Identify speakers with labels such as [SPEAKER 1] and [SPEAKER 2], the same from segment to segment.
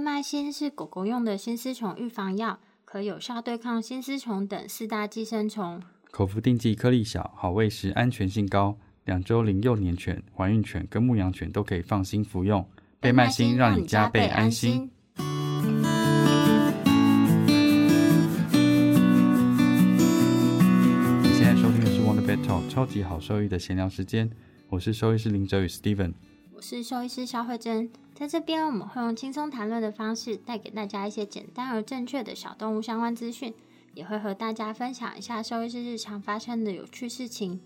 [SPEAKER 1] 麦新是狗狗用的新丝虫预防药，可有效对抗新丝虫等四大寄生虫。
[SPEAKER 2] 口服定剂颗粒小，好喂食，安全性高。两周龄幼年犬、怀孕犬跟牧羊犬都可以放心服用。倍麦新让你加倍安心。。你现在收听的是 Wonder Pet Talk 超级好兽医的闲聊时间，我是兽医师林哲宇 Steven。
[SPEAKER 1] 我是兽医师肖慧珍，在这边我们会用轻松谈论的方式，带给大家一些简单而正确的小动物相关资讯，也会和大家分享一下兽医师日常发生的有趣事情。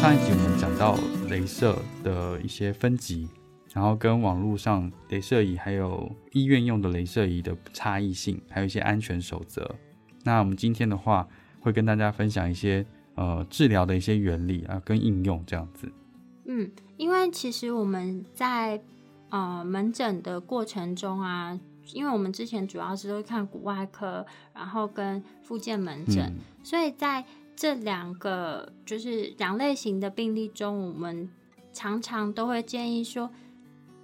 [SPEAKER 2] 上一集我们讲到镭射的一些分级，然后跟网络上镭射仪还有医院用的镭射仪的差异性，还有一些安全守则。那我们今天的话，会跟大家分享一些呃治疗的一些原理啊，跟应用这样子。
[SPEAKER 1] 嗯，因为其实我们在呃门诊的过程中啊，因为我们之前主要是都是看骨外科，然后跟附件门诊，
[SPEAKER 2] 嗯，
[SPEAKER 1] 所以在这两个就是两类型的病例中，我们常常都会建议说，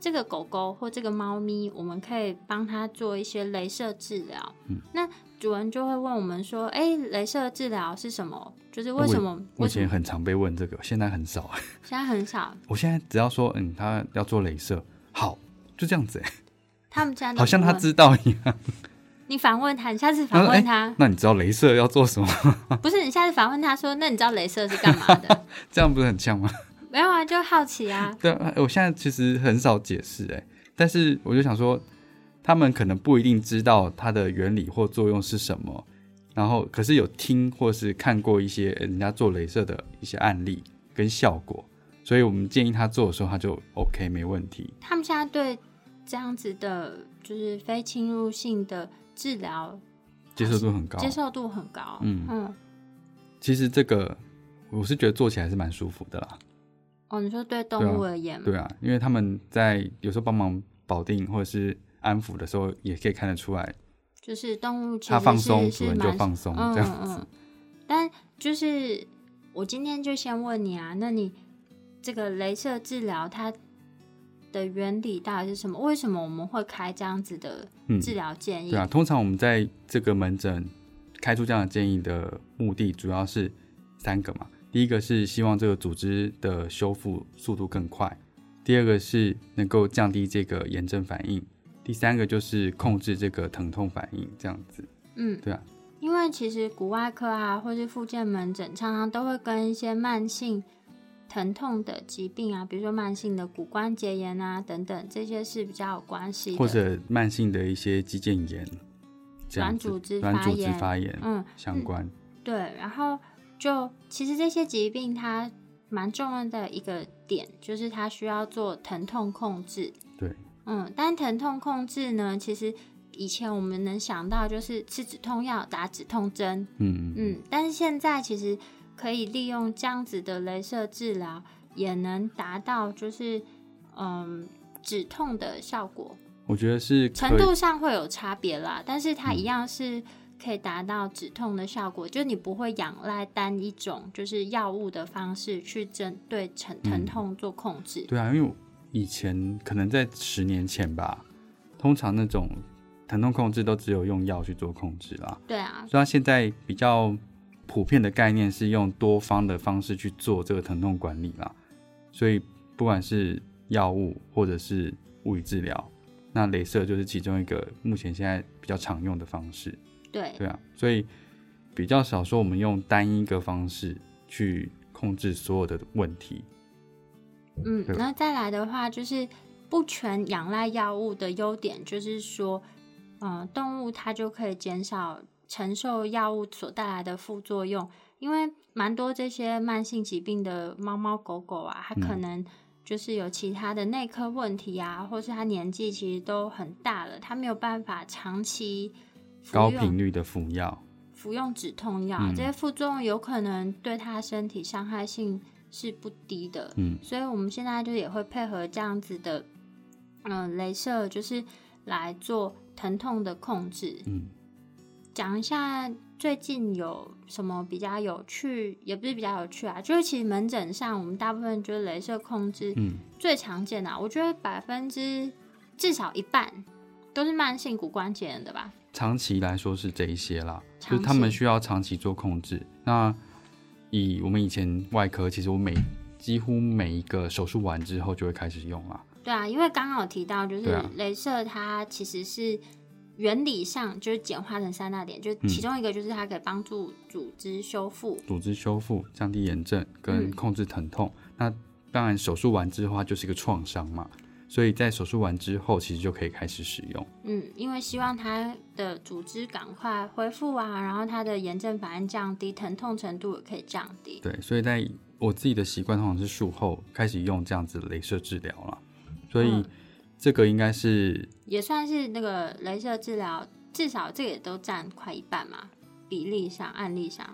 [SPEAKER 1] 这个狗狗或这个猫咪，我们可以帮它做一些镭射治疗。
[SPEAKER 2] 嗯
[SPEAKER 1] 那主人就会问我们说：“哎、镭射治疗是什么？就是为什么？
[SPEAKER 2] 哦我
[SPEAKER 1] 为
[SPEAKER 2] 以
[SPEAKER 1] 什
[SPEAKER 2] 前
[SPEAKER 1] 么
[SPEAKER 2] 很常被问这个，现在很少。
[SPEAKER 1] 现在很少？
[SPEAKER 2] 我现在只要说，嗯，他要做镭射，好，就这样子、欸，
[SPEAKER 1] 他们家
[SPEAKER 2] 好像他嗯哎
[SPEAKER 1] 自
[SPEAKER 2] 知道一样。
[SPEAKER 1] 你反问他，你下次反问他，
[SPEAKER 2] 那你知道镭射要做什么？
[SPEAKER 1] 不是你下次反问他说：那你知道镭射是干嘛的？
[SPEAKER 2] 这样不是很像吗？
[SPEAKER 1] 没有啊，就好奇啊。
[SPEAKER 2] 对，哎我现在其实很少解释，哎，但是我就想说，他们可能不一定知道它的原理或作用是什么，然后可是有听或是看过一些呃人家做镭射的一些案例跟效果，所以我们建议他做的时候，他就 OK 没问题。
[SPEAKER 1] 他们现在对这样子的，就是非侵入性的治疗
[SPEAKER 2] 接受度很高，
[SPEAKER 1] 接受度很高。
[SPEAKER 2] 嗯
[SPEAKER 1] 嗯，
[SPEAKER 2] 其实这个我是觉得做起来是蛮舒服的啦。
[SPEAKER 1] 哦，你说对动物而言吗，
[SPEAKER 2] 对啊，因为他们在有时候帮忙保定或者是安抚的时候，也可以看得出来，
[SPEAKER 1] 就是动物其
[SPEAKER 2] 他放
[SPEAKER 1] 实
[SPEAKER 2] 松，
[SPEAKER 1] 是
[SPEAKER 2] 主
[SPEAKER 1] 是
[SPEAKER 2] 人就
[SPEAKER 1] 蛮
[SPEAKER 2] 放松，
[SPEAKER 1] 嗯
[SPEAKER 2] 这样
[SPEAKER 1] 嗯嗯。但就是我今天就先问你啊，那你这个镭射治疗它的原理到底是什么？为什么我们会开这样子的
[SPEAKER 2] 嗯，
[SPEAKER 1] 治疗建议？
[SPEAKER 2] 对啊。通常我们在这个门诊开出这样的建议的目的，主要是三个嘛。第一个是希望这个组织的修复速度更快，第二个是能够降低这个炎症反应，第三个就是控制这个疼痛反应，这样子。
[SPEAKER 1] 嗯，
[SPEAKER 2] 对啊，
[SPEAKER 1] 因为其实骨外科啊，或是附件门诊，常常都会跟一些慢性疼痛的疾病啊，比如说慢性的骨关节炎啊等等，这些是比较有关系的。
[SPEAKER 2] 或者慢性的一些肌腱炎，这样
[SPEAKER 1] 软
[SPEAKER 2] 子
[SPEAKER 1] 组织
[SPEAKER 2] 软
[SPEAKER 1] 发
[SPEAKER 2] 组织
[SPEAKER 1] 炎，
[SPEAKER 2] 发炎
[SPEAKER 1] 嗯，
[SPEAKER 2] 相关。
[SPEAKER 1] 对。然后就其实这些疾病它蛮重要的一个点，就是它需要做疼痛控制。
[SPEAKER 2] 对，
[SPEAKER 1] 嗯，但疼痛控制呢，其实以前我们能想到就是吃止痛药、打止痛针，
[SPEAKER 2] 嗯嗯嗯，
[SPEAKER 1] 嗯，但是现在其实可以利用这样子的镭射治疗，也能达到就是嗯止痛的效果，
[SPEAKER 2] 我觉得是可
[SPEAKER 1] 程
[SPEAKER 2] 以
[SPEAKER 1] 度上会有差别啦，但是它一样是可以达到止痛的效果，就是你不会仰赖单一种就是药物的方式去针对疼疼痛做控制。
[SPEAKER 2] 对啊，因为我以前可能在十年前吧，通常那种疼痛控制都只有用药去做控制啦，
[SPEAKER 1] 对啊，
[SPEAKER 2] 所以它现在比较普遍的概念是用多方的方式去做这个疼痛管理啦，所以不管是药物或者是物理治疗，那镭射就是其中一个目前现在比较常用的方式。
[SPEAKER 1] 对，
[SPEAKER 2] 对啊，所以比较少说我们用单一个方式去控制所有的问题。
[SPEAKER 1] 嗯，
[SPEAKER 2] 对
[SPEAKER 1] 那再来的话，就是不全仰赖药物的优点，就是说，嗯、动物它就可以减少承受药物所带来的副作用，因为蛮多这些慢性疾病的猫猫狗狗啊，它
[SPEAKER 2] 嗯
[SPEAKER 1] 可能就是有其他的内科问题啊，或是它年纪其实都很大了，它没有办法长期服
[SPEAKER 2] 高
[SPEAKER 1] 用
[SPEAKER 2] 频率的服药，
[SPEAKER 1] 服用止痛药，
[SPEAKER 2] 嗯
[SPEAKER 1] 这些副作用有可能对他身体伤害性是不低的。
[SPEAKER 2] 嗯，
[SPEAKER 1] 所以我们现在就也会配合这样子的，嗯、镭射就是来做疼痛的控制。
[SPEAKER 2] 嗯，
[SPEAKER 1] 讲一下最近有什么比较有趣，也不是比较有趣啊，就是其实门诊上我们大部分就是镭射控制
[SPEAKER 2] 嗯，
[SPEAKER 1] 最常见的啊、我觉得百分之至少一半都是慢性骨关节炎的吧。
[SPEAKER 2] 长期来说是这一些啦，就
[SPEAKER 1] 长
[SPEAKER 2] 是他们
[SPEAKER 1] 期
[SPEAKER 2] 需要长期做控制。那以我们以前外科，其实我每几乎每一个手术完之后就会开始用啦。
[SPEAKER 1] 对啊，因为刚刚有提到，就是
[SPEAKER 2] 对啊
[SPEAKER 1] 镭射它其实是原理上就是简化成三大点，就是
[SPEAKER 2] 嗯
[SPEAKER 1] 其中一个就是它可以帮助组织修复，
[SPEAKER 2] 组织修复、降低炎症跟
[SPEAKER 1] 嗯
[SPEAKER 2] 控制疼痛。那当然，手术完之后它就是一个创伤嘛，所以在手术完之后，其实就可以开始使用。
[SPEAKER 1] 嗯，因为希望它的组织赶快恢复啊，然后它的炎症反应降低，疼痛程度也可以降低。
[SPEAKER 2] 对，所以在我自己的习惯，通常是术后开始用这样子的镭射治疗啦。所以
[SPEAKER 1] 嗯
[SPEAKER 2] 这个应该是
[SPEAKER 1] 也算是那个镭射治疗，至少这个也都占快一半嘛，比例上、案例上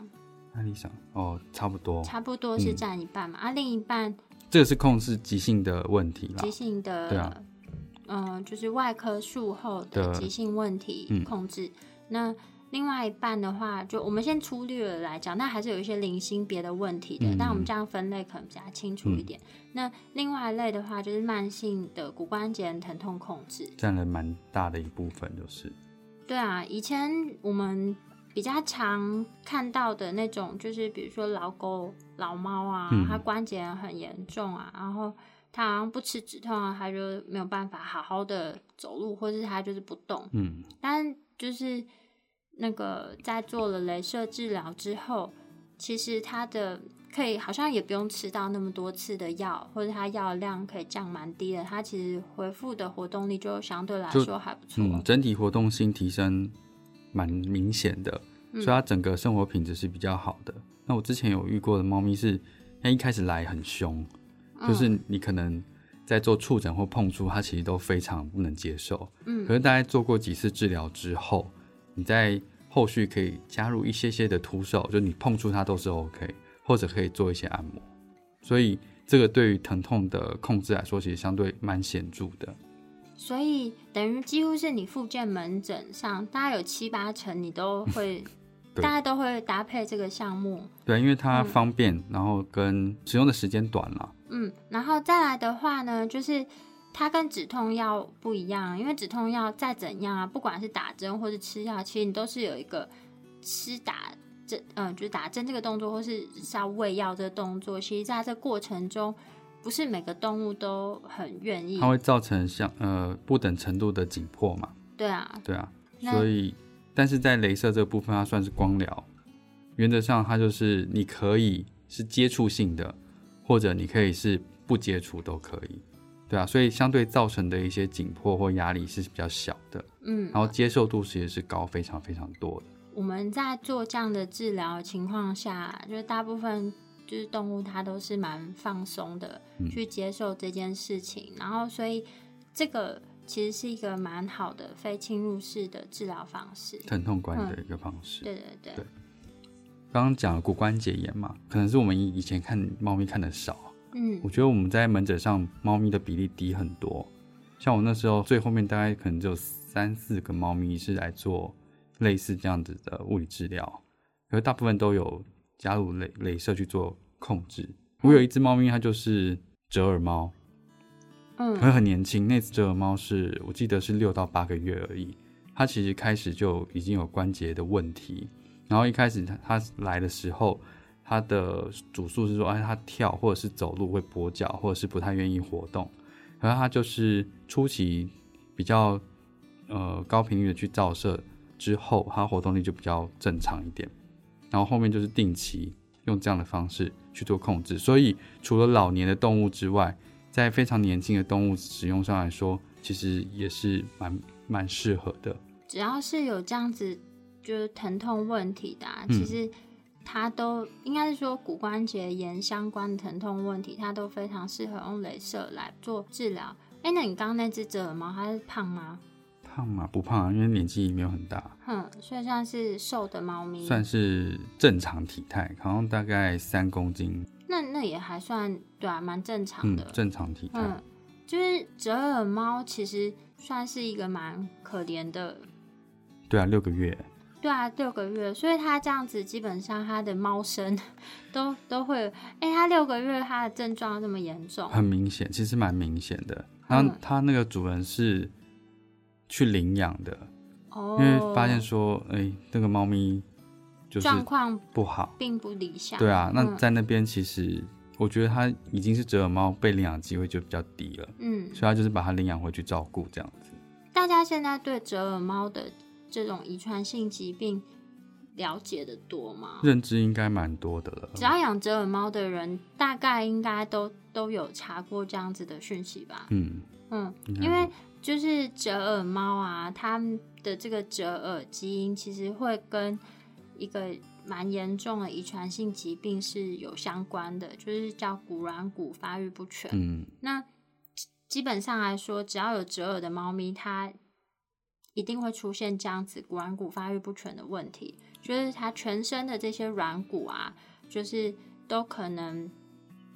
[SPEAKER 2] 那你想哦，差不多，
[SPEAKER 1] 差不多是
[SPEAKER 2] 嗯
[SPEAKER 1] 占一半嘛，啊，另一半
[SPEAKER 2] 这个是控制急性的问题啦
[SPEAKER 1] 急。性
[SPEAKER 2] 对
[SPEAKER 1] 的，
[SPEAKER 2] 啊
[SPEAKER 1] 嗯、就是外科术后的
[SPEAKER 2] 的
[SPEAKER 1] 急性问题
[SPEAKER 2] 嗯
[SPEAKER 1] 控制。那另外一半的话，就我们先粗略的来讲，那还是有一些零星别的问题的，
[SPEAKER 2] 嗯
[SPEAKER 1] 但我们这样分类可能比较清楚一点。那另外一类的话，就是慢性的骨关节疼痛控制。
[SPEAKER 2] 占了蛮大的一部分，就是
[SPEAKER 1] 对啊，以前我们比较常看到的那种，就是比如说老狗、老猫啊，
[SPEAKER 2] 嗯
[SPEAKER 1] 它关节炎很严重啊，然后它好像不吃止痛啊，它就没有办法好好的走路，或是它就是不动。
[SPEAKER 2] 嗯，
[SPEAKER 1] 但就是那个在做了镭射治疗之后，其实它的可以好像也不用吃到那么多次的药，或者它药量可以降蛮低的，它其实恢复的活动力就相对来
[SPEAKER 2] 就
[SPEAKER 1] 说还不错。啊
[SPEAKER 2] 嗯，整体活动性提升蛮明显的，
[SPEAKER 1] 嗯
[SPEAKER 2] 所以它整个生活品质是比较好的。那我之前有遇过的猫咪是，它一开始来很凶，
[SPEAKER 1] 嗯
[SPEAKER 2] 就是你可能在做触诊或碰触，它其实都非常不能接受。
[SPEAKER 1] 嗯
[SPEAKER 2] 可是大概做过几次治疗之后，你在后续可以加入一些些的徒手，就你碰触它都是 OK，或者可以做一些按摩。所以这个对于疼痛的控制来说，其实相对蛮显著的。
[SPEAKER 1] 所以等于几乎是你复健门诊上，大概有七八成你都会，
[SPEAKER 2] 对
[SPEAKER 1] 大家都会搭配这个项目。
[SPEAKER 2] 对，因为它
[SPEAKER 1] 嗯
[SPEAKER 2] 方便，然后跟使用的时间短啦。
[SPEAKER 1] 嗯，然后再来的话呢，就是它跟止痛药不一样，因为止痛药再怎样啊，不管是打针或是吃药，其实你都是有一个吃打针，嗯、就是打针这个动作，或是要喂药这个动作。其实在这过程中，不是每个动物都很愿意
[SPEAKER 2] 它。会造成像呃不等程度的紧迫嘛，
[SPEAKER 1] 对啊，
[SPEAKER 2] 对啊，
[SPEAKER 1] 那
[SPEAKER 2] 所以但是在镭射这部分，它算是光疗，原则上它就是你可以是接触性的，或者你可以是不接触都可以，对啊，所以相对造成的一些紧迫或压力是比较小的，
[SPEAKER 1] 嗯
[SPEAKER 2] 然，后接受度其实是高非常非常多的，
[SPEAKER 1] 我们在做这样的治疗的情况下，就是大部分就是动物它都是蛮放松的、去接受这件事情，然后所以这个其实是一个蛮好的非侵入式的治疗方式。
[SPEAKER 2] 疼痛管
[SPEAKER 1] 嗯
[SPEAKER 2] 理的一个方式。
[SPEAKER 1] 对对对，
[SPEAKER 2] 对刚刚讲了骨关节炎嘛，可能是我们以以前看猫咪看的少，
[SPEAKER 1] 嗯
[SPEAKER 2] 我觉得我们在门诊上猫咪的比例低很多。像我那时候最后面大概可能只有三四个猫咪是来做类似这样子的物理治疗，可是大部分都有加入镭镭射去做控制。我有一只猫咪，它就是折耳猫，
[SPEAKER 1] 嗯
[SPEAKER 2] 它很年轻，那只折耳猫是我记得是六到八个月而已。它其实开始就已经有关节的问题，然后一开始它它来的时候，它的主诉是说，哎，它跳或者是走路会跛脚，或者是不太愿意活动。然后它就是初期比较呃高频率的去照射之后，它活动力就比较正常一点。然后后面就是定期用这样的方式去做控制。所以除了老年的动物之外，在非常年轻的动物使用上来说，其实也是蛮蛮适合的。
[SPEAKER 1] 只要是有这样子就是疼痛问题的、啊，
[SPEAKER 2] 嗯
[SPEAKER 1] 其实它都应该是说骨关节炎相关的疼痛问题，它都非常适合用镭射来做治疗。哎、那你刚刚那只折耳猫它是胖吗？
[SPEAKER 2] 胖嘛不胖、啊，因为年纪也没有很大，
[SPEAKER 1] 哼，所以算是瘦的猫咪，
[SPEAKER 2] 算是正常体态，好像大概三公斤，
[SPEAKER 1] 那那也还算对啊，蛮正常
[SPEAKER 2] 嗯
[SPEAKER 1] 的，。
[SPEAKER 2] 正常体态。
[SPEAKER 1] 嗯，就是折耳猫其实算是一个蛮可怜的，
[SPEAKER 2] 对啊，六个月，
[SPEAKER 1] 对啊，六个月，所以它这样子基本上它的猫生 都都会，哎、它六个月它的症状这么严重，
[SPEAKER 2] 很明显，其实蛮明显的。然后
[SPEAKER 1] 哦嗯
[SPEAKER 2] 他那个主人是去领养的，
[SPEAKER 1] 哦，
[SPEAKER 2] 因为发现说，哎、那个猫咪就是
[SPEAKER 1] 状况
[SPEAKER 2] 不好。
[SPEAKER 1] 并不理想，
[SPEAKER 2] 对啊，那
[SPEAKER 1] 嗯
[SPEAKER 2] 在那边其实我觉得它已经是折耳猫被领养的机会就比较低了，
[SPEAKER 1] 嗯，
[SPEAKER 2] 所以它就是把它领养回去照顾这样子。
[SPEAKER 1] 大家现在对折耳猫的这种遗传性疾病了解的多吗？
[SPEAKER 2] 认知应该蛮多的了。
[SPEAKER 1] 只要养折耳猫的人，大概应该都都有查过这样子的讯息吧？
[SPEAKER 2] 嗯，
[SPEAKER 1] 嗯，
[SPEAKER 2] 应该
[SPEAKER 1] 因为就是折耳猫啊，它们的这个折耳基因其实会跟一个蛮严重的遗传性疾病是有相关的，就是叫骨软骨发育不全。
[SPEAKER 2] 嗯
[SPEAKER 1] 那基基本上来说，只要有折耳的猫咪，它一定会出现这样子骨软骨发育不全的问题，就是它全身的这些软骨啊，就是都可能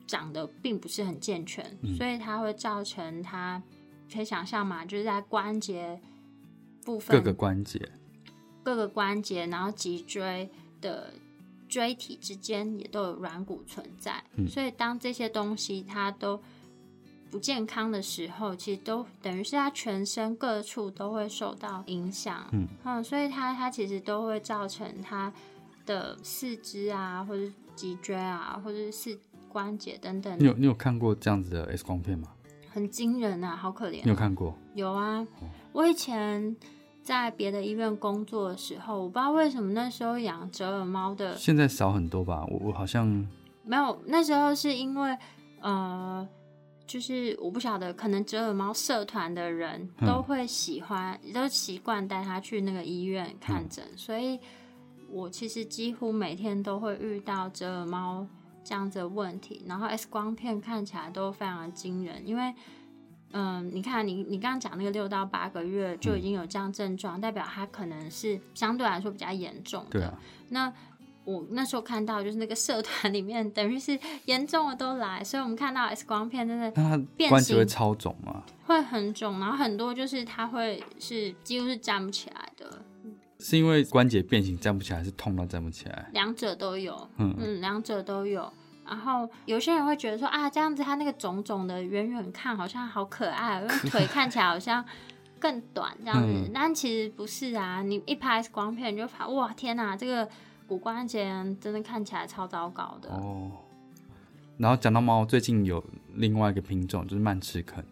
[SPEAKER 1] 长得并不是很健全，
[SPEAKER 2] 嗯
[SPEAKER 1] 所以它会造成它可以想象嘛，就是在关节部分
[SPEAKER 2] 各个关节，
[SPEAKER 1] 各个关节，然后脊椎的椎体之间也都有软骨存在，
[SPEAKER 2] 嗯
[SPEAKER 1] 所以当这些东西它都不健康的时候，其实都等于是它全身各处都会受到影响，
[SPEAKER 2] 嗯
[SPEAKER 1] 所以它它其实都会造成它的四肢啊，或者脊椎啊，或者四关节等等
[SPEAKER 2] 你，有你有看过这样子的 X 光片吗？
[SPEAKER 1] 很惊人啊，好可怜
[SPEAKER 2] 你有看过？
[SPEAKER 1] 有啊，我以前在别的医院工作的时候，我不知道为什么那时候养折耳猫的
[SPEAKER 2] 现在少很多吧？我我好像
[SPEAKER 1] 没有，那时候是因为呃，就是我不晓得，可能折耳猫社团的人
[SPEAKER 2] 嗯
[SPEAKER 1] 都会喜欢，都习惯带它去那个医院看诊，
[SPEAKER 2] 嗯
[SPEAKER 1] 所以我其实几乎每天都会遇到折耳猫这样子的问题，然后 X 光片看起来都非常的惊人，因为。嗯，你看，你你刚刚讲那个六到八个月就已经有这样症状，代表它可能是相对来说比较严重的。
[SPEAKER 2] 嗯对啊，
[SPEAKER 1] 那我那时候看到就是那个社团里面，等于是严重的都来，所以我们看到 X 光片真的
[SPEAKER 2] 那它
[SPEAKER 1] 变
[SPEAKER 2] 关节会
[SPEAKER 1] 形
[SPEAKER 2] 超肿吗？
[SPEAKER 1] 会很肿，然后很多就是它会是几乎是站不起来的，
[SPEAKER 2] 是因为关节变形站不起来，还是痛到站不起来？
[SPEAKER 1] 两者都有，
[SPEAKER 2] 嗯
[SPEAKER 1] 嗯，两者都有。然后有些人会觉得说啊，这样子它那个肿肿的，远远看好像好可爱，因为腿看起来好像更短这样子，
[SPEAKER 2] 嗯
[SPEAKER 1] 但其实不是啊。你一拍 X 光片你就发，哇，天哪，这个骨关节真的看起来超糟糕的。
[SPEAKER 2] 哦。然后讲到猫，最近有另外一个品种就是曼赤肯，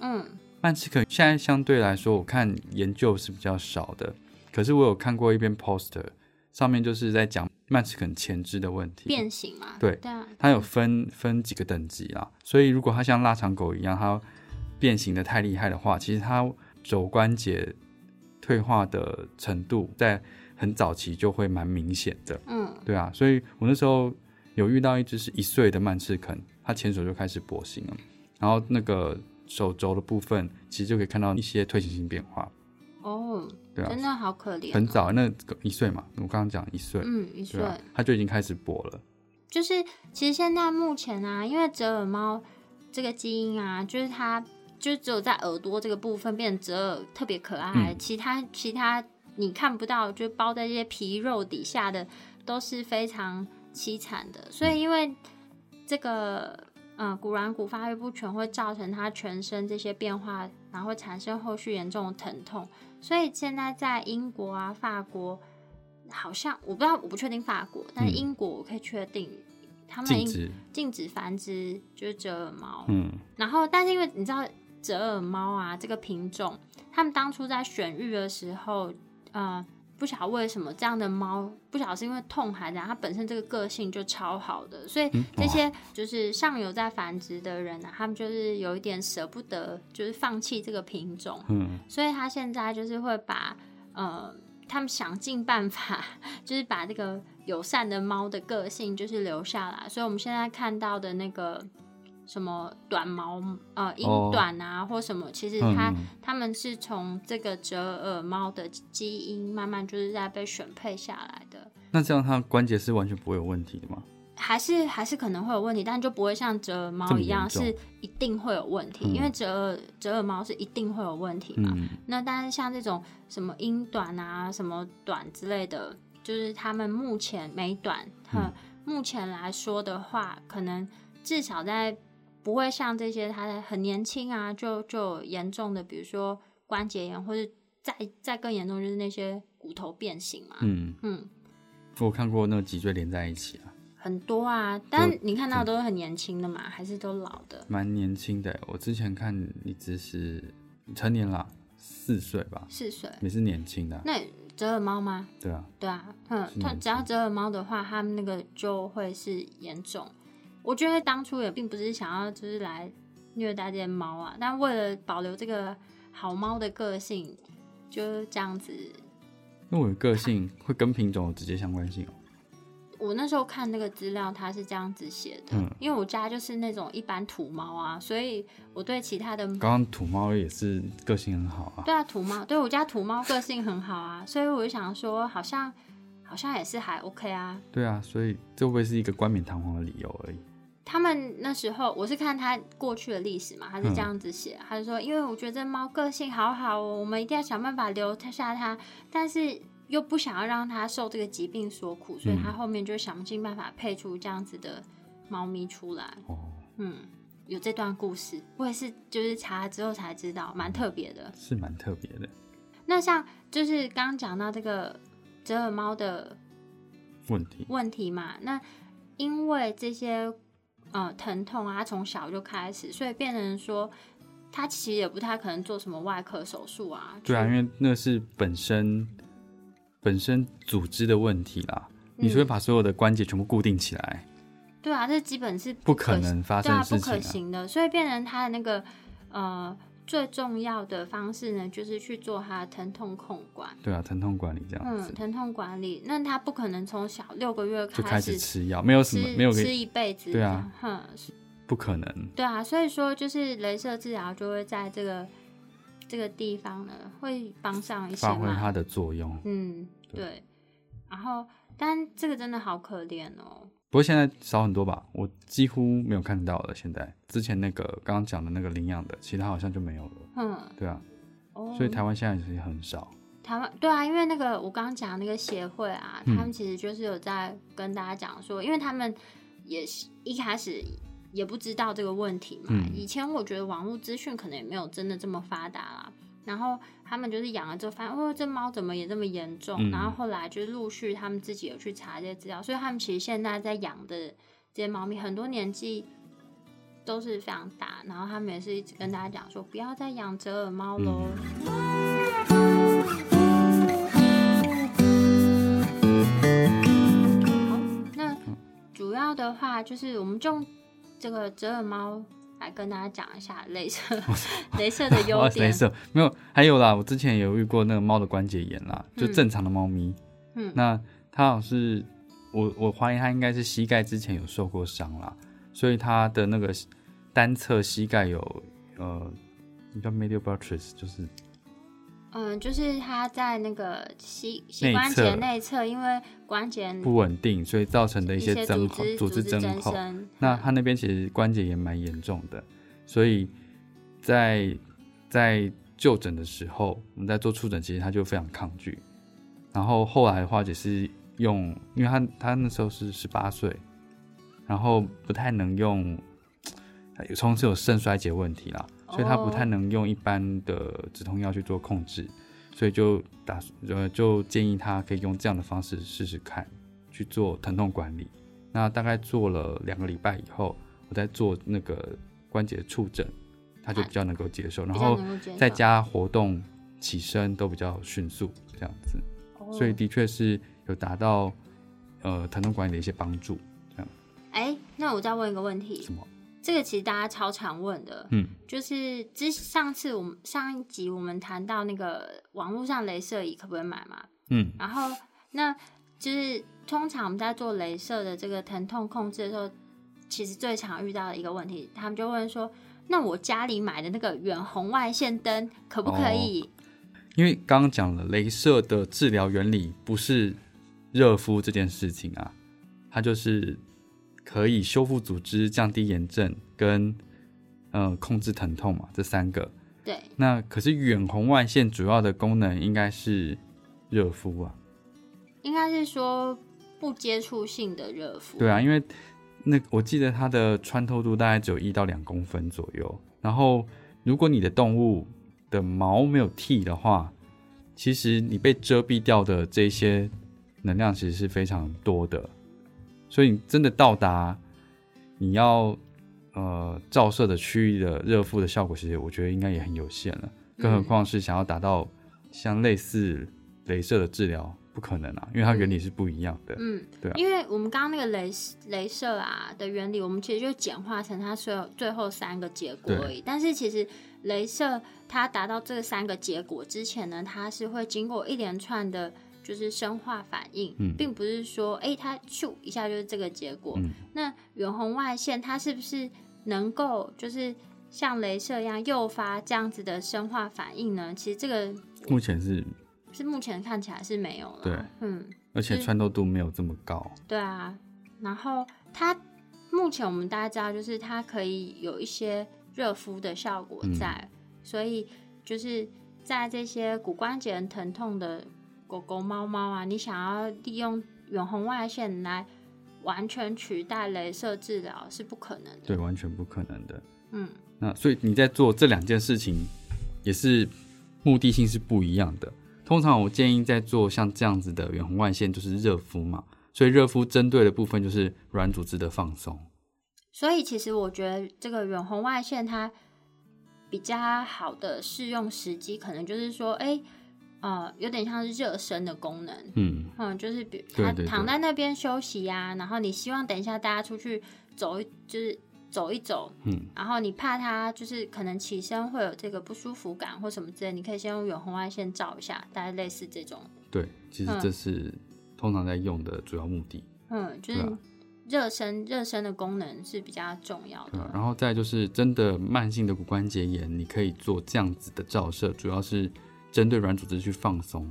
[SPEAKER 1] 嗯，
[SPEAKER 2] 曼赤肯现在相对来说，我看研究是比较少的，可是我有看过一篇 poster，上面就是在讲曼赤肯前肢的问题。
[SPEAKER 1] 变形嘛，
[SPEAKER 2] 对
[SPEAKER 1] 对啊，
[SPEAKER 2] 它有分分几个等级啦，所以如果它像腊肠狗一样，它变形的太厉害的话，其实它肘关节退化的程度在很早期就会蛮明显的。
[SPEAKER 1] 嗯，
[SPEAKER 2] 对啊，所以我那时候有遇到一只是一岁的曼赤肯，它前手就开始跛行了，然后那个手肘的部分其实就可以看到一些退行性变化。
[SPEAKER 1] 哦，
[SPEAKER 2] 对啊
[SPEAKER 1] 真的好可怜、哦
[SPEAKER 2] 很，早，那个一岁嘛，我刚刚讲一岁，
[SPEAKER 1] 嗯，一
[SPEAKER 2] 对
[SPEAKER 1] 岁、
[SPEAKER 2] 啊，它就已经开始跛了。
[SPEAKER 1] 就是其实现在目前啊，因为折耳猫这个基因啊，就是它就只有在耳朵这个部分变成折耳特别可爱，
[SPEAKER 2] 嗯
[SPEAKER 1] 其他其他你看不到，就包在这些皮肉底下的都是非常凄惨的，所以因为这个。嗯，骨软骨发育不全会造成它全身这些变化，然后产生后续严重的疼痛。所以现在在英国啊、法国，好像我不知道，我不确定法国，但是
[SPEAKER 2] 嗯
[SPEAKER 1] 英国我可以确定，他们
[SPEAKER 2] 禁
[SPEAKER 1] 英
[SPEAKER 2] 止，
[SPEAKER 1] 禁止繁殖就是折耳猫。
[SPEAKER 2] 嗯，
[SPEAKER 1] 然后，但是因为你知道折耳猫啊这个品种，他们当初在选育的时候，呃，不晓得为什么这样的猫，不晓得是因为痛还是怎样，它本身这个个性就超好的，所以
[SPEAKER 2] 嗯
[SPEAKER 1] 这些就是上游在繁殖的人啊，他们就是有一点舍不得，就是放弃这个品种。
[SPEAKER 2] 嗯，
[SPEAKER 1] 所以他现在就是会把呃，他们想尽办法，就是把这个友善的猫的个性就是留下来。所以我们现在看到的那个什么短毛呃英
[SPEAKER 2] 哦
[SPEAKER 1] 短啊、或什么，其实它
[SPEAKER 2] 嗯嗯
[SPEAKER 1] 它们是从这个折耳猫的基因慢慢就是在被选配下来的。
[SPEAKER 2] 那这样它关节是完全不会有问题的吗？
[SPEAKER 1] 还是还是可能会有问题，但就不会像折耳
[SPEAKER 2] 这
[SPEAKER 1] 猫
[SPEAKER 2] 么
[SPEAKER 1] 一样
[SPEAKER 2] 严重
[SPEAKER 1] 是一定会有问题，
[SPEAKER 2] 嗯
[SPEAKER 1] 因为折耳折耳猫是一定会有问题嘛。
[SPEAKER 2] 嗯，
[SPEAKER 1] 那但是像这种什么英短啊、什么短之类的，就是他们目前美短，哼、
[SPEAKER 2] 嗯
[SPEAKER 1] 目前来说的话，可能至少在不会像这些他在很年轻啊，就就有严重的，比如说关节炎，或者再再更严重就是那些骨头变形嘛，
[SPEAKER 2] 嗯，
[SPEAKER 1] 嗯，
[SPEAKER 2] 我看过那个脊椎连在一起啊，
[SPEAKER 1] 很多啊。但你看到的都是很年轻的嘛，还是都老的？
[SPEAKER 2] 蛮年轻的欸。我之前看一只是成年啦，四岁吧，
[SPEAKER 1] 四岁？
[SPEAKER 2] 也是年轻的啊，
[SPEAKER 1] 那折耳猫吗？
[SPEAKER 2] 对啊，
[SPEAKER 1] 对啊，嗯，
[SPEAKER 2] 是
[SPEAKER 1] 它
[SPEAKER 2] 年
[SPEAKER 1] 只要折耳猫的话，它们那个就会是严重。我觉得当初也并不是想要就是来虐待这些猫啊，但为了保留这个好猫的个性，就是这样子。
[SPEAKER 2] 因为我的个性会跟品种有直接相关性哦。
[SPEAKER 1] 我那时候看那个资料，它是这样子写的，
[SPEAKER 2] 嗯
[SPEAKER 1] 因为我家就是那种一般土猫啊，所以我对其他的
[SPEAKER 2] 刚刚土猫也是个性很好啊，
[SPEAKER 1] 对啊，土猫，对我家土猫个性很好啊，所以我就想说，好像好像也是还 OK 啊，
[SPEAKER 2] 对啊，所以这会不会是一个冠冕堂皇的理由而已？
[SPEAKER 1] 他们那时候，我是看他过去的历史嘛，他是这样子写，啊他就说，因为我觉得这猫个性好好哦，我们一定要想办法留下它，但是又不想要让它受这个疾病所苦，所以他后面就想尽办法配出这样子的猫咪出来。
[SPEAKER 2] 哦，
[SPEAKER 1] 嗯，有这段故事，我也是就是查了之后才知道，蛮特别的。
[SPEAKER 2] 是蛮特别的
[SPEAKER 1] 那像就是刚刚讲到这个折耳猫的
[SPEAKER 2] 问题。
[SPEAKER 1] 问题嘛。那因为这些呃疼痛啊，他从小就开始，所以变成说他其实也不太可能做什么外科手术啊。
[SPEAKER 2] 对啊，
[SPEAKER 1] 就
[SPEAKER 2] 因为那是本身本身组织的问题啦，你
[SPEAKER 1] 嗯
[SPEAKER 2] 是会把所有的关节全部固定起来，
[SPEAKER 1] 对啊，这基本是
[SPEAKER 2] 不可能发
[SPEAKER 1] 对
[SPEAKER 2] 生
[SPEAKER 1] 啊
[SPEAKER 2] 的
[SPEAKER 1] 不
[SPEAKER 2] 事情
[SPEAKER 1] 可行的，所以变成他的那个呃最重要的方式呢，就是去做他的疼痛控管。
[SPEAKER 2] 对啊，疼痛管理这样
[SPEAKER 1] 嗯，
[SPEAKER 2] 子、
[SPEAKER 1] 疼痛管理，那他不可能从小六个月
[SPEAKER 2] 就开
[SPEAKER 1] 开
[SPEAKER 2] 始
[SPEAKER 1] 始
[SPEAKER 2] 吃药，没有什
[SPEAKER 1] 吃
[SPEAKER 2] 么没有个
[SPEAKER 1] 吃一辈子，
[SPEAKER 2] 对啊，
[SPEAKER 1] 哼，
[SPEAKER 2] 不可能。
[SPEAKER 1] 对啊，所以说就是镭射治疗就会在这个这个地方呢，会帮上一些
[SPEAKER 2] 发挥
[SPEAKER 1] 嘛。
[SPEAKER 2] 它的作用，
[SPEAKER 1] 嗯，
[SPEAKER 2] 对
[SPEAKER 1] 对。然后，但这个真的好可怜哦。
[SPEAKER 2] 不过现在少很多吧，我几乎没有看到了。现在之前那个刚刚讲的那个领养的，其他好像就没有了。
[SPEAKER 1] 嗯，
[SPEAKER 2] 对啊，
[SPEAKER 1] 哦，
[SPEAKER 2] 所以台湾现在也很少。
[SPEAKER 1] 台湾对啊，因为那个我刚刚讲那个协会啊，他
[SPEAKER 2] 嗯
[SPEAKER 1] 们其实就是有在跟大家讲说，因为他们也是一开始也不知道这个问题嘛。
[SPEAKER 2] 嗯
[SPEAKER 1] 以前我觉得网络资讯可能也没有真的这么发达啦。然后他们就是养了之后，发现哦，这猫怎么也这么严重？
[SPEAKER 2] 嗯
[SPEAKER 1] 然后后来就是陆续他们自己有去查这些资料，所以他们其实现在在养的这些猫咪，很多年纪都是非常大。然后他们也是一直跟大家讲说，不要再养折耳
[SPEAKER 2] 嗯
[SPEAKER 1] 猫喽。好，那主要的话就是我们就用这个折耳猫来跟大家讲一下镭 射镭射的优
[SPEAKER 2] 哦，
[SPEAKER 1] 点
[SPEAKER 2] 镭。射 没有，还有啦，我之前有遇过那个猫的关节炎啦，就
[SPEAKER 1] 嗯
[SPEAKER 2] 正常的猫咪，
[SPEAKER 1] 嗯
[SPEAKER 2] 那它好像是我我怀疑它应该是膝盖之前有受过伤啦，所以它的那个单侧膝盖有呃，你叫 medial buttress，就是
[SPEAKER 1] 嗯，就是它在那个膝膝
[SPEAKER 2] 内
[SPEAKER 1] 关节
[SPEAKER 2] 侧
[SPEAKER 1] 内侧，因为关节
[SPEAKER 2] 不稳定，所以造成的
[SPEAKER 1] 嗯一
[SPEAKER 2] 一些增
[SPEAKER 1] 组
[SPEAKER 2] 厚
[SPEAKER 1] 织
[SPEAKER 2] 织
[SPEAKER 1] 增
[SPEAKER 2] 增厚。
[SPEAKER 1] 生，
[SPEAKER 2] 那它那边其实关节也蛮严重的，所以在在就诊的时候，我们在做触诊，其实它就非常抗拒。然后后来的话，也是用，因为它它那时候是十八岁，然后不太能用，有从此有肾衰竭问题啦，所以它不太能用一般的止痛药去做控制，所以就打呃就建议他可以用这样的方式试试看，去做疼痛管理。那大概做了两个礼拜以后，我在做那个关节触诊，他就比较能够接受，然
[SPEAKER 1] 哎比较
[SPEAKER 2] 后
[SPEAKER 1] 能够接
[SPEAKER 2] 在
[SPEAKER 1] 受
[SPEAKER 2] 家活动起身都比较迅速，这样子，
[SPEAKER 1] 哦
[SPEAKER 2] 所以的确是有达到呃疼痛管理的一些帮助。
[SPEAKER 1] 哎，那我再问一个问题
[SPEAKER 2] 什么，
[SPEAKER 1] 这个其实大家超常问的，
[SPEAKER 2] 嗯，
[SPEAKER 1] 就是之上次我们上一集我们谈到那个网络上镭射椅可不可以买嘛？
[SPEAKER 2] 嗯，
[SPEAKER 1] 然后那就是通常我们在做镭射的这个疼痛控制的时候，其实最常遇到的一个问题，他们就问说：“那我家里买的那个远红外线灯可不可以？”
[SPEAKER 2] 哦因为刚刚讲了，镭射的治疗原理不是热敷这件事情啊，它就是可以修复组织、降低炎症跟呃控制疼痛嘛，这三个。
[SPEAKER 1] 对，
[SPEAKER 2] 那可是远红外线主要的功能应该是热敷啊，
[SPEAKER 1] 应该是说不接触性的热敷。
[SPEAKER 2] 对啊，因为那我记得它的穿透度大概只有一到两公分左右。然后，如果你的动物的毛没有剃的话，其实你被遮蔽掉的这些能量其实是非常多的。所以，你真的到达你要呃照射的区域的热敷的效果，其实我觉得应该也很有限了。更何况是想要达到像类似镭射的治疗，不可能啊，因为它原理是不一样的。
[SPEAKER 1] 嗯，
[SPEAKER 2] 对啊
[SPEAKER 1] 因为我们刚刚那个镭镭射啊的原理，我们其实就简化成它所有最后三个结果而已。但是其实镭射它达到这三个结果之前呢，它是会经过一连串的，就是生化反应，
[SPEAKER 2] 嗯
[SPEAKER 1] 并不是说哎、诶它咻一下就是这个结果。
[SPEAKER 2] 嗯
[SPEAKER 1] 那远红外线它是不是能够就是像镭射一样诱发这样子的生化反应呢？其实这个
[SPEAKER 2] 目前是
[SPEAKER 1] 是目前看起来是没有了。
[SPEAKER 2] 对，
[SPEAKER 1] 嗯。
[SPEAKER 2] 而且
[SPEAKER 1] 是
[SPEAKER 2] 穿透度没有这么高。
[SPEAKER 1] 对啊，然后它目前我们大家知道，就是它可以有一些热敷的效果在，所以就是在这些骨关节疼痛的狗狗、猫猫啊，你想要利用远红外线来完全取代镭射治疗是不可能的。
[SPEAKER 2] 对，完全不可能的。
[SPEAKER 1] 嗯，
[SPEAKER 2] 那所以你在做这两件事情，也是目的性是不一样的。通常我建议在做像这样子的远红外线，就是热敷嘛。所以热敷针对的部分就是软组织的放松。
[SPEAKER 1] 所以其实我觉得这个远红外线它比较好的适用时机，可能就是说，哎、呃，有点像是热身的功能。
[SPEAKER 2] 嗯，
[SPEAKER 1] 嗯，就是比
[SPEAKER 2] 对
[SPEAKER 1] 他
[SPEAKER 2] 对
[SPEAKER 1] 躺
[SPEAKER 2] 对
[SPEAKER 1] 在那边休息呀、然后你希望等一下大家出去走一，就是走一走，
[SPEAKER 2] 嗯，
[SPEAKER 1] 然后你怕他就是可能起身会有这个不舒服感或什么之类，你可以先用远红外线照一下，大概类似这种，
[SPEAKER 2] 对，其实这是通常在用的主要目的。
[SPEAKER 1] 嗯，就是
[SPEAKER 2] 对啊
[SPEAKER 1] 热身热身的功能是比较重要
[SPEAKER 2] 对啊，
[SPEAKER 1] 的，
[SPEAKER 2] 然后再就是真的慢性的骨关节炎，你可以做这样子的照射，主要是针对软组织去放松，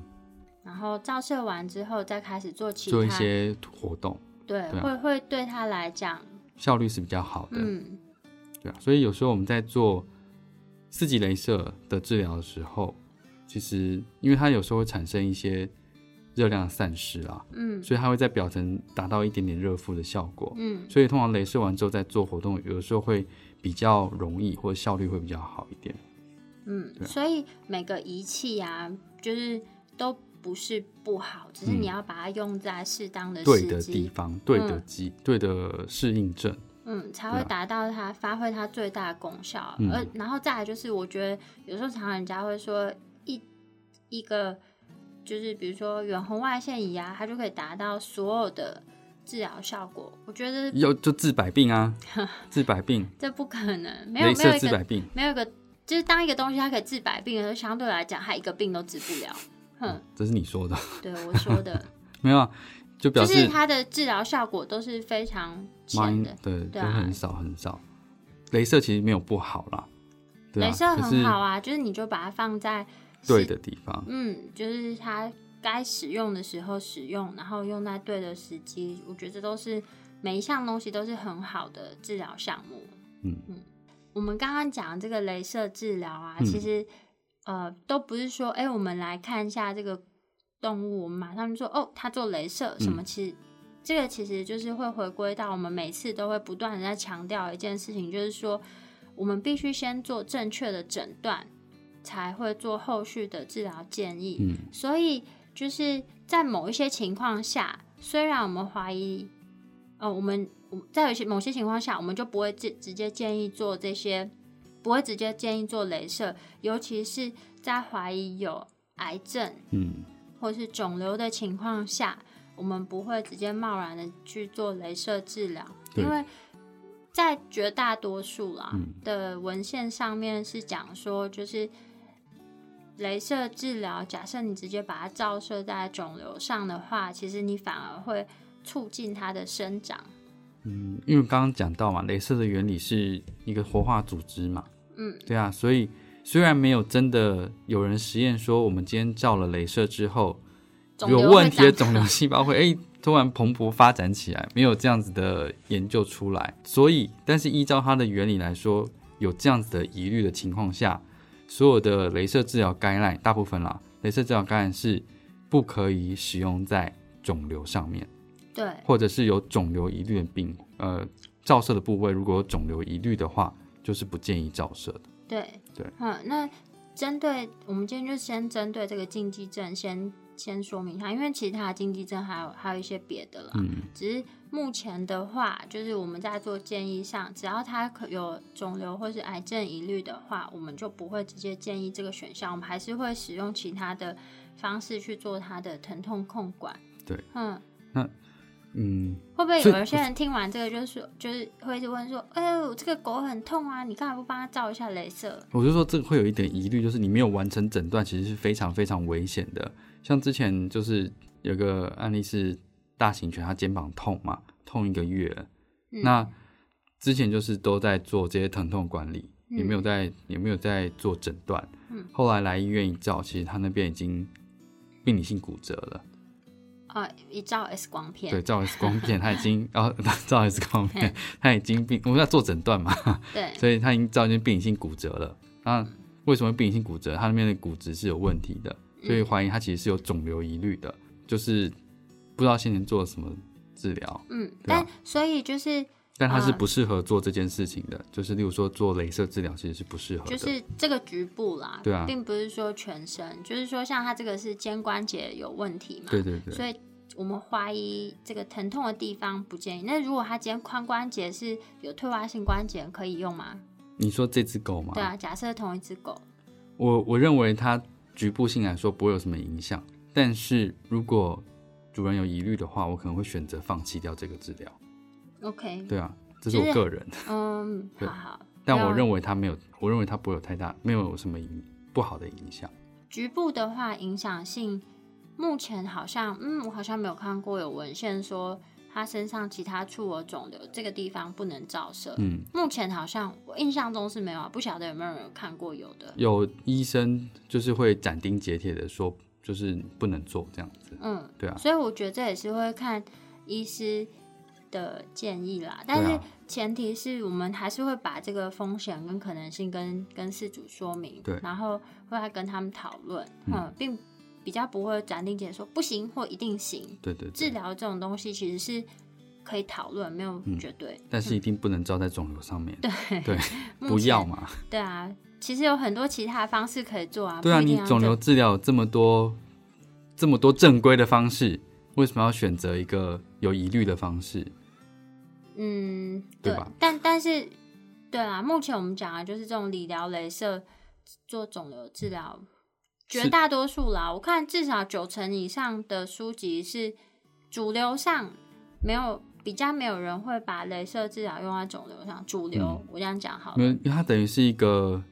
[SPEAKER 1] 然后照射完之后再开始做其
[SPEAKER 2] 做一
[SPEAKER 1] 他，
[SPEAKER 2] 些活动，
[SPEAKER 1] 对，
[SPEAKER 2] 对啊
[SPEAKER 1] 会会对他来讲，
[SPEAKER 2] 效率是比较好的。
[SPEAKER 1] 嗯，
[SPEAKER 2] 对啊，所以有时候我们在做四级镭射的治疗的时候，其实因为它有时候会产生一些热量散失啦，
[SPEAKER 1] 嗯，
[SPEAKER 2] 所以它会在表层达到一点点热敷的效果。
[SPEAKER 1] 嗯，
[SPEAKER 2] 所以通常镭射完之后再做活动，有的时候会比较容易，或者效率会比较好一点。
[SPEAKER 1] 嗯，
[SPEAKER 2] 对啊
[SPEAKER 1] 所以每个仪器啊，就是都不是不好，只是
[SPEAKER 2] 嗯
[SPEAKER 1] 你要把它用在适当的
[SPEAKER 2] 对
[SPEAKER 1] 时
[SPEAKER 2] 的地
[SPEAKER 1] 机，
[SPEAKER 2] 方，对的机，对的适应症，
[SPEAKER 1] 嗯，才
[SPEAKER 2] 对
[SPEAKER 1] 会
[SPEAKER 2] 啊
[SPEAKER 1] 达到它发挥它最大的功效。啊
[SPEAKER 2] 嗯
[SPEAKER 1] 而然后再来就是，我觉得有时候常常人家会说一一个就是比如说远红外线仪啊，它就可以达到所有的治疗效果。我觉得
[SPEAKER 2] 要就治百病啊，治百病，
[SPEAKER 1] 这不可能， 没有
[SPEAKER 2] 镭
[SPEAKER 1] 没有
[SPEAKER 2] 射
[SPEAKER 1] 一
[SPEAKER 2] 治
[SPEAKER 1] 个
[SPEAKER 2] 百病。
[SPEAKER 1] 没有一个，就是当一个东西它可以治百病的时候，相对来讲它一个病都治不了。哼，
[SPEAKER 2] 这是你说的，
[SPEAKER 1] 对我说的。
[SPEAKER 2] 没有啊，就表
[SPEAKER 1] 就
[SPEAKER 2] 示
[SPEAKER 1] 是它的治疗效果都是非常浅
[SPEAKER 2] mine
[SPEAKER 1] 的。
[SPEAKER 2] 对，
[SPEAKER 1] 对
[SPEAKER 2] 就
[SPEAKER 1] 啊
[SPEAKER 2] 很少很少。镭射其实没有不好啦，对啊，
[SPEAKER 1] 镭射
[SPEAKER 2] 可是
[SPEAKER 1] 很好啊，就是你就把它放在是
[SPEAKER 2] 对的地方，
[SPEAKER 1] 嗯，就是它该使用的时候使用，然后用在对的时机，我觉得这都是每一项东西都是很好的治疗项目。
[SPEAKER 2] 嗯
[SPEAKER 1] 我们刚刚讲的这个镭射治疗啊，
[SPEAKER 2] 嗯
[SPEAKER 1] 其实呃都不是说，哎、我们来看一下这个动物，我们马上就说，哦，它做镭射
[SPEAKER 2] 嗯
[SPEAKER 1] 什么，其实。这个其实就是会回归到我们每次都会不断的在强调一件事情，就是说我们必须先做正确的诊断，才会做后续的治疗建议。
[SPEAKER 2] 嗯，
[SPEAKER 1] 所以就是在某一些情况下，虽然我们怀疑，呃，我们我在有些某些情况下，我们就不会直直接建议做这些，不会直接建议做镭射，尤其是在怀疑有癌症
[SPEAKER 2] 嗯，
[SPEAKER 1] 或是肿瘤的情况下，我们不会直接贸然的去做镭射治疗，
[SPEAKER 2] 对
[SPEAKER 1] 因为在绝大多数啦、
[SPEAKER 2] 嗯
[SPEAKER 1] 的文献上面是讲说，就是镭射治疗，假设你直接把它照射在肿瘤上的话，其实你反而会促进它的生长。
[SPEAKER 2] 嗯，因为刚刚讲到嘛，镭射的原理是一个活化组织嘛，
[SPEAKER 1] 嗯，
[SPEAKER 2] 对啊，所以虽然没有真的有人实验说我们今天照了镭射之后
[SPEAKER 1] 肿
[SPEAKER 2] 有
[SPEAKER 1] 瘤会
[SPEAKER 2] 问题的
[SPEAKER 1] 长
[SPEAKER 2] 肿瘤细胞会哎突然蓬勃发展起来，没有这样子的研究出来，所以，但是依照它的原理来说，有这样子的疑虑的情况下，所有的镭射治疗 guideline 大部分啦，镭射治疗 guideline 是不可以使用在肿瘤上面，
[SPEAKER 1] 对，
[SPEAKER 2] 或者是有肿瘤疑虑的病，呃，照射的部位如果有肿瘤疑虑的话，就是不建议照射的。
[SPEAKER 1] 对
[SPEAKER 2] 对，
[SPEAKER 1] 嗯，那针对我们今天就先针对这个禁忌症先先说明一下，因为其他的禁忌症还有还有一些别的啦，
[SPEAKER 2] 嗯，
[SPEAKER 1] 只是目前的话，就是我们在做建议上，只要他可有肿瘤或是癌症疑虑的话，我们就不会直接建议这个选项，我们还是会使用其他的方式去做他的疼痛控管。
[SPEAKER 2] 对，
[SPEAKER 1] 嗯。
[SPEAKER 2] 嗯，
[SPEAKER 1] 会不会
[SPEAKER 2] 所以
[SPEAKER 1] 有一些人听完这个，就是说就是会一直问说：“哎呦，这个狗很痛啊，你干嘛不帮它照一下镭射
[SPEAKER 2] 我就说这个会有一点疑虑，就是你没有完成诊断，其实是非常非常危险的。像之前就是有个案例是大型犬，它肩膀痛嘛，痛一个月了。？”
[SPEAKER 1] 嗯、
[SPEAKER 2] 那之前就是都在做这些疼痛管理，也没有
[SPEAKER 1] 嗯
[SPEAKER 2] 在也没有在做诊断。
[SPEAKER 1] 嗯
[SPEAKER 2] 后来来医院一照，其实它那边已经病理性骨折了。
[SPEAKER 1] 呃一照 X 光片，
[SPEAKER 2] 对，照 X 光片，它已经哦， 照 X 光 片，它已经病，我们要做诊断嘛，
[SPEAKER 1] 对
[SPEAKER 2] 所以他已经造成病理性骨折了。那
[SPEAKER 1] 嗯
[SPEAKER 2] 为什么病理性骨折？他那边的骨质是有问题的，
[SPEAKER 1] 嗯
[SPEAKER 2] 所以怀疑他其实是有肿瘤疑虑的，就是不知道先前做了什么治疗，
[SPEAKER 1] 嗯，
[SPEAKER 2] 对啊
[SPEAKER 1] 但所以就是
[SPEAKER 2] 但他是
[SPEAKER 1] 啊
[SPEAKER 2] 不适合做这件事情的，就是例如说做镭射治疗其实是不适合的，
[SPEAKER 1] 就是这个局部啦，
[SPEAKER 2] 对啊
[SPEAKER 1] 并不是说全身，就是说像他这个是肩关节有问题嘛，
[SPEAKER 2] 对对对，
[SPEAKER 1] 所以我们怀疑这个疼痛的地方不建议。那如果他今天髋关节是有退化性关节，可以用吗？
[SPEAKER 2] 你说这只狗嘛，
[SPEAKER 1] 对啊，假设同一只狗，
[SPEAKER 2] 我我认为它局部性来说不会有什么影响，但是如果主人有疑虑的话，我可能会选择放弃掉这个治疗。
[SPEAKER 1] OK，
[SPEAKER 2] 对啊，这是我
[SPEAKER 1] 就是
[SPEAKER 2] 个人。
[SPEAKER 1] 嗯，
[SPEAKER 2] 对
[SPEAKER 1] 好好。
[SPEAKER 2] 但
[SPEAKER 1] 要
[SPEAKER 2] 我认为它没有，我认为它不会有太大，没有什么影不好的影响。
[SPEAKER 1] 局部的话，影响性目前好像，嗯，我好像没有看过有文献说他身上其他处有肿瘤这个地方不能照射。
[SPEAKER 2] 嗯，
[SPEAKER 1] 目前好像我印象中是没有啊，不晓得有没有人有看过有的。
[SPEAKER 2] 有医生就是会斩钉截铁的说，就是不能做这样子。
[SPEAKER 1] 嗯，
[SPEAKER 2] 对啊，
[SPEAKER 1] 所以我觉得这也是会看医师的建议啦，
[SPEAKER 2] 对
[SPEAKER 1] 但是
[SPEAKER 2] 啊
[SPEAKER 1] 前提是我们还是会把这个风险跟可能性跟跟事主说明，
[SPEAKER 2] 对
[SPEAKER 1] 然后会来跟他们讨论，嗯，并比较不会斩钉截铁说不行或一定行。
[SPEAKER 2] 对对
[SPEAKER 1] 治
[SPEAKER 2] 对，
[SPEAKER 1] 疗这种东西其实是可以讨论，没有
[SPEAKER 2] 嗯
[SPEAKER 1] 绝对。
[SPEAKER 2] 但是一定不能照在肿瘤上面，
[SPEAKER 1] 目
[SPEAKER 2] 不
[SPEAKER 1] 前
[SPEAKER 2] 要嘛。
[SPEAKER 1] 对啊，其实有很多其他的方式可以做啊。
[SPEAKER 2] 对啊，
[SPEAKER 1] 不一定
[SPEAKER 2] 你
[SPEAKER 1] 要
[SPEAKER 2] 肿瘤
[SPEAKER 1] 这
[SPEAKER 2] 治疗有这么多这么多正规的方式，为什么要选择一个有疑虑的方式？
[SPEAKER 1] 嗯，
[SPEAKER 2] 对
[SPEAKER 1] 对
[SPEAKER 2] 吧
[SPEAKER 1] 但但是，对啊，目前我们讲的就是这种理疗、镭射做肿瘤治疗，绝
[SPEAKER 2] 是
[SPEAKER 1] 大多数啦，我看至少九成以上的书籍是主流上没有比较没有人会把镭射治疗用在肿瘤上。主流、
[SPEAKER 2] 嗯
[SPEAKER 1] 我这样讲好
[SPEAKER 2] 没有，
[SPEAKER 1] 了，
[SPEAKER 2] 因为它等于是一个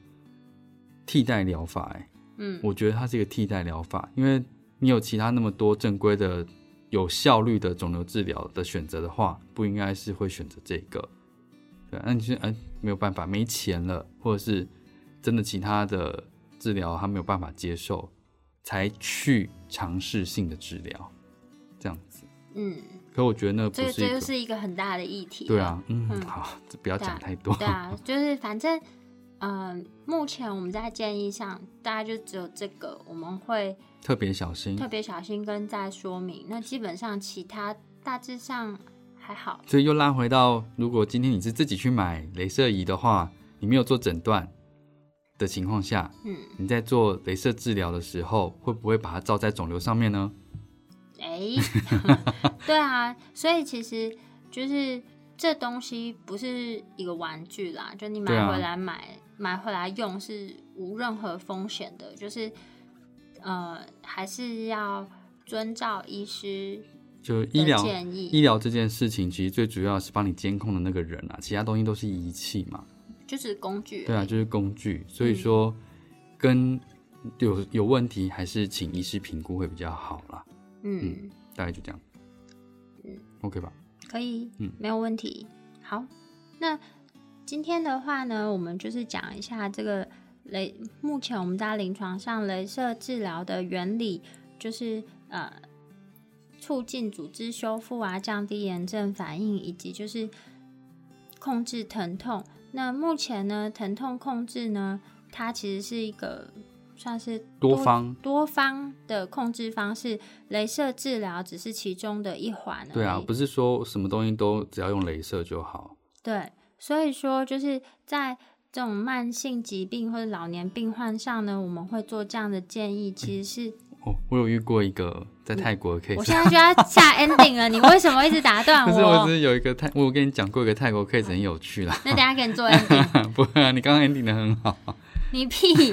[SPEAKER 2] 替代疗法、欸。
[SPEAKER 1] 嗯，
[SPEAKER 2] 我觉得它是一个替代疗法，因为你有其他那么多正规的、有效率的肿瘤治疗的选择的话，不应该是会选择这个。对啊，那你是哎没有办法，没钱了，或者是真的其他的治疗他没有办法接受，才去尝试性的治疗，这样子。
[SPEAKER 1] 嗯，
[SPEAKER 2] 可我觉得那不
[SPEAKER 1] 这个
[SPEAKER 2] 是一
[SPEAKER 1] 这
[SPEAKER 2] 个，
[SPEAKER 1] 就是一个很大的议题。
[SPEAKER 2] 对，啊，嗯，
[SPEAKER 1] 嗯
[SPEAKER 2] 好，这不要
[SPEAKER 1] 对啊
[SPEAKER 2] 讲太多。
[SPEAKER 1] 对啊，就是反正，嗯、目前我们在建议上，大概就只有这个，我们会。
[SPEAKER 2] 特别小心
[SPEAKER 1] 特。别小心跟再说明。那基本上其他大致上还好，
[SPEAKER 2] 所以又拉回到，如果今天你是自己去买镭射仪的话，你没有做诊断的情况下，
[SPEAKER 1] 嗯，
[SPEAKER 2] 你在做镭射治疗的时候，会不会把它照在肿瘤上面呢？
[SPEAKER 1] 哎、 对啊，所以其实就是这东西不是一个玩具啦，就你买
[SPEAKER 2] 对啊
[SPEAKER 1] 回来买、买回来用是无任何风险的，就是呃还是要遵照医师
[SPEAKER 2] 就医
[SPEAKER 1] 的
[SPEAKER 2] 疗
[SPEAKER 1] 建议，
[SPEAKER 2] 医疗这件事情，其实最主要是帮你监控的那个人啊，其他东西都是仪器嘛。
[SPEAKER 1] 就是工具而已。
[SPEAKER 2] 对啊，就是工具。所以
[SPEAKER 1] 嗯
[SPEAKER 2] 说，跟有有问题还是请医师评估会比较好啦。
[SPEAKER 1] 嗯，
[SPEAKER 2] 大概就这样。OK 吧？
[SPEAKER 1] 可以，
[SPEAKER 2] 嗯
[SPEAKER 1] 没有问题。好，那今天的话呢，我们就是讲一下这个雷，目前我们在临床上镭射治疗的原理，就是呃，促进组织修复啊，降低炎症反应，以及就是控制疼痛。那目前呢，疼痛控制呢，它其实是一个算是
[SPEAKER 2] 多方
[SPEAKER 1] 多方的控制方式，镭射治疗只是其中的一环而已。
[SPEAKER 2] 对啊，不是说什么东西都只要用镭射就好。
[SPEAKER 1] 对，所以说就是在这种慢性疾病或者老年病患上呢，我们会做这样的建议，其实是。
[SPEAKER 2] 哦，我有遇过一个在泰国的
[SPEAKER 1] 嗯我
[SPEAKER 2] case，
[SPEAKER 1] 现在就要下 ending 了，你为什么一直打断
[SPEAKER 2] 可是我
[SPEAKER 1] 我
[SPEAKER 2] 只？是有一个泰，我有跟你讲过一个泰国 case 很有趣啦。
[SPEAKER 1] 那等一下给你做 ending，
[SPEAKER 2] 不会啊，你刚刚 ending 的很好。
[SPEAKER 1] 你屁！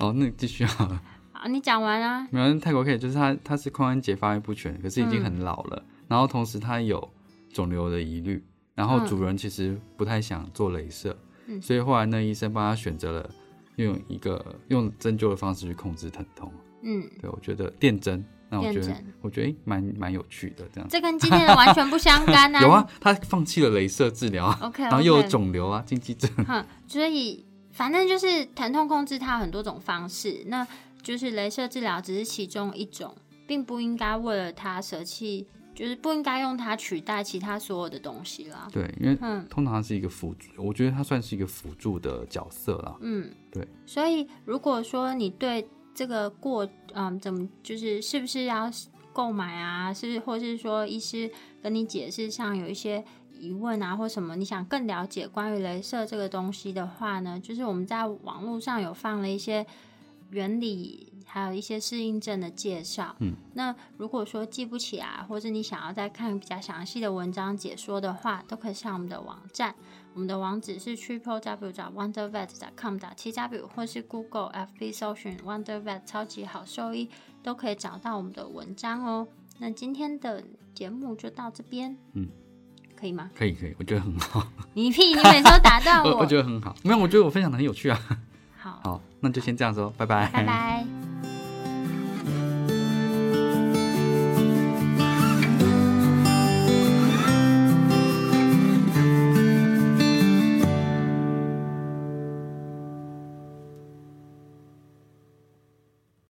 [SPEAKER 2] 哦，那你继续好 了。
[SPEAKER 1] 好，你讲完啊。
[SPEAKER 2] 没有，泰国 case 就是他他是髋关节发育不全，可是已经很老了，
[SPEAKER 1] 嗯
[SPEAKER 2] 然后同时他有肿瘤的疑虑，然后主人其实不太想做镭射，
[SPEAKER 1] 嗯
[SPEAKER 2] 所以后来那医生帮他选择了用一个用针灸的方式去控制疼痛。
[SPEAKER 1] 嗯，
[SPEAKER 2] 对，我觉得电针，那我觉
[SPEAKER 1] 电
[SPEAKER 2] 得
[SPEAKER 1] 针
[SPEAKER 2] 我觉得诶蛮蛮有趣的这样子。
[SPEAKER 1] 这跟今天的完全不相干啊。
[SPEAKER 2] 有啊，他放弃了镭射治疗啊，
[SPEAKER 1] ，OK，
[SPEAKER 2] 然后又有肿瘤啊、禁忌症，
[SPEAKER 1] 哼，所以反正就是疼痛控制它有很多种方式，那就是镭射治疗只是其中一种，并不应该为了它舍弃，就是不应该用它取代其他所有的东西啦。
[SPEAKER 2] 对，因为
[SPEAKER 1] 嗯
[SPEAKER 2] 通常它是一个辅助，我觉得它算是一个辅助的角色啦。
[SPEAKER 1] 嗯，
[SPEAKER 2] 对。
[SPEAKER 1] 所以如果说你对这个过，嗯，怎么就是是不是要购买啊？是不是或是说医师跟你解释上有一些疑问啊，或什么你想更了解关于镭射这个东西的话呢？就是我们在网络上有放了一些原理。还有一些适应症的介绍。嗯，那如果说记不起来，或是你想要再看比较详细的文章解说的话，都可以上我们的网站。我们的网址是 triple w wonder vet com t w 或是 Google FB 搜寻 Wonder Vet 超级好兽医，都可以找到我们的文章哦。那今天的节目就到这边，
[SPEAKER 2] 嗯，
[SPEAKER 1] 可以吗？
[SPEAKER 2] 可以可以，我觉得很好，
[SPEAKER 1] 你屁，你每次都打断
[SPEAKER 2] 我
[SPEAKER 1] 我
[SPEAKER 2] 我。觉得很好。没有，我觉得我分享的很有趣啊。
[SPEAKER 1] 好，
[SPEAKER 2] 好，那就先这样子哦，拜拜，
[SPEAKER 1] 拜拜。